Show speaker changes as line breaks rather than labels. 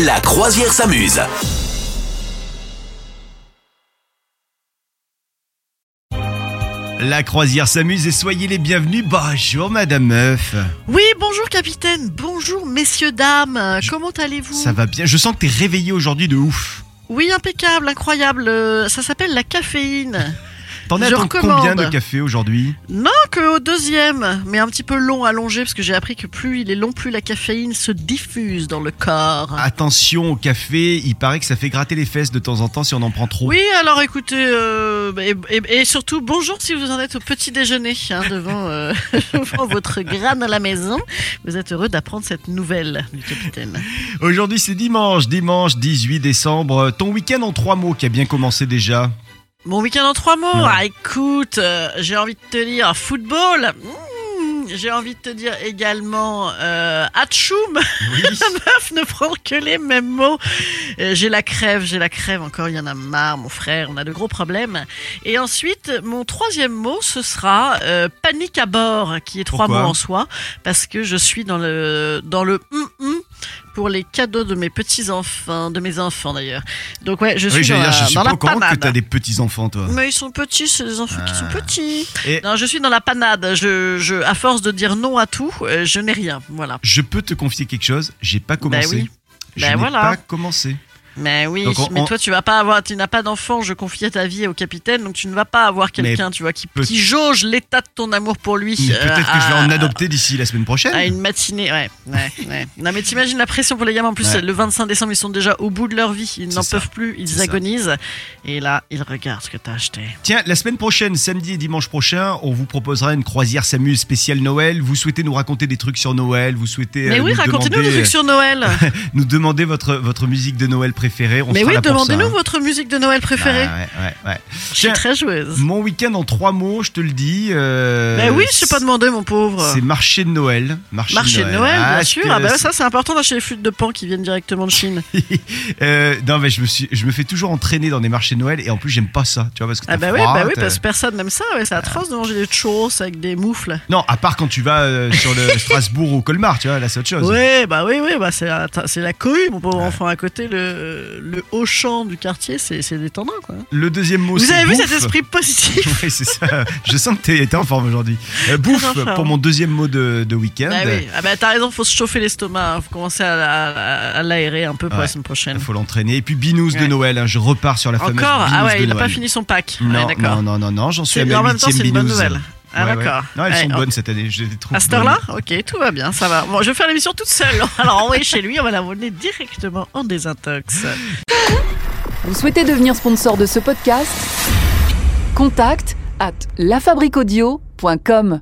La croisière s'amuse.
La croisière s'amuse et soyez les bienvenus. Bonjour Madame Meuf.
Oui, bonjour capitaine, bonjour messieurs, dames, Euh, comment allez-vous
Ça va bien. Je sens que t'es réveillé aujourd'hui de ouf.
Oui, impeccable, incroyable, Euh, ça s'appelle la caféine.
T'en es à
Je
ton
recommande.
combien de café aujourd'hui
Non, que au deuxième, mais un petit peu long, allongé, parce que j'ai appris que plus il est long, plus la caféine se diffuse dans le corps.
Ah. Attention au café, il paraît que ça fait gratter les fesses de temps en temps si on en prend trop.
Oui, alors écoutez, euh, et, et- et surtout bonjour si vous en êtes au petit déjeuner hein, devant, euh, devant votre grane à la maison. Vous êtes heureux d'apprendre cette nouvelle du capitaine.
Aujourd'hui c'est dimanche, dimanche 18 décembre. Ton week-end en trois mots qui a bien commencé déjà.
Mon week-end en trois mots.
Ouais.
Ah, écoute, euh, j'ai envie de te dire football. Mmh, j'ai envie de te dire également euh, atchoum.
Oui.
Meuf, ne prends que les mêmes mots. Euh, j'ai la crève, j'ai la crève encore. Il y en a marre, mon frère. On a de gros problèmes. Et ensuite, mon troisième mot, ce sera euh, panique à bord, qui est trois
Pourquoi
mots en soi, parce que je suis dans le dans le hum, hum pour les cadeaux de mes petits enfants, de mes enfants d'ailleurs. Donc ouais, je suis
Oui,
dans,
j'allais dire, je
la,
suis
dans
pas
la
au courant que
panade.
t'as des petits enfants toi.
Mais ils sont petits, c'est des enfants qui sont petits.
Ah. Et-
Non, je suis dans la panade. Je, je, à force de dire non à tout, euh, je n'ai rien. Voilà.
Je peux te confier quelque chose, j'ai pas commencé.
Bah oui.
Je
Ben
n'ai
voilà.
pas commencé.
Mais oui,
Donc on-
mais
on-
toi, tu vas pas avoir, tu n'as pas d'enfant. Je confiais ta vie au capitaine, donc tu ne vas pas avoir quelqu'un, tu vois, qui,
peut-
qui jauge l'état de ton amour pour lui.
Mais
euh, Ah,
Peut-être que je vais
à-
en adopter d'ici la semaine prochaine.
À une matinée, ouais, ouais, ouais. Non, mais t'imagines la pression pour les gamins. En plus,
Ouais.
le 25 décembre, ils sont déjà au bout de leur vie. Ils
C'est
n'en
ça.
peuvent plus. Ils
C'est ça.
agonisent. Et là, ils regardent ce que t'as acheté.
Tiens, la semaine prochaine, samedi et dimanche prochain, on vous proposera une croisière s'amuse spéciale Noël. Vous souhaitez nous raconter des trucs sur Noël, vous souhaitez
mais
euh,
oui,
nous,
racontez-nous
demander,
le truc sur Noël.
nous demander votre, votre musique de Noël préférée. On
mais
sera
oui,
là pour
demandez-nous
ça, hein.
votre musique de Noël préférée.
Ah, ouais, ouais, ouais.
Je suis
Tiens, Euh,
très joueuse.
Mon week-end en trois mots, je te le dis. euh,
Ben oui, je sais pas demandé, mon pauvre.
C'est marché de Noël. Marché,
Marché de Noël,
Ah,
bien
je
sûr.
te-
Ah bah ça, c'est important d'acheter les flûtes de pan qui viennent directement de Chine.
Euh, non, mais je me, suis, je me fais toujours entraîner dans des marchés de Noël et en plus, j'aime pas ça. Tu vois, parce que
Ah
t'as
bah oui,
froid,
bah oui,
t'as-
parce que personne n'aime ça.
Ah.
Ouais, c'est atroce de manger des churros avec des moufles.
Non, à part quand tu vas euh, sur le Strasbourg ou Colmar, tu vois, là, c'est autre chose.
Ouais, bah oui, oui, bah c'est la, c'est la cohue, mon pauvre enfant. À côté, le, le haut champ du quartier, c'est, c'est des tendins, quoi.
Le deuxième mot,
Vous
c'est
avez vu cet
bouffe.
esprit positif
Oui, c'est ça. Je sens que t'es t'es en forme aujourd'hui. Euh, bouffe
en forme.
pour mon deuxième mot de, de week-end.
Bah oui, ah bah t'as raison, faut se chauffer l'estomac, hein. faut commencer à, à- à l'aérer un peu pour
Ouais.
la semaine prochaine.
Il faut l'entraîner. Et puis binous de
Ouais.
Noël. hein. Je repars sur la fameuse
Encore Ah
binous
ouais,
de
il a
Noël.
pas fini son pack. Ouais,
Non,
d'accord.
non, non, non, non, j'en suis à
C'est- en
ma
même temps,
huitième
c'est une bonne
binous.
nouvelle. Ah
Ouais, ouais.
d'accord.
Non, elles
Ouais,
sont
on-
bonnes cette année. Je les trouve
À cette
bonnes.
heure-là Ok, tout va bien, ça va. Bon, je vais faire l'émission toute seule. Alors, envoyez chez lui, on va la l'abonner directement en désintox.
Vous souhaitez devenir sponsor de ce podcast Contact à lafabriquaudio.com.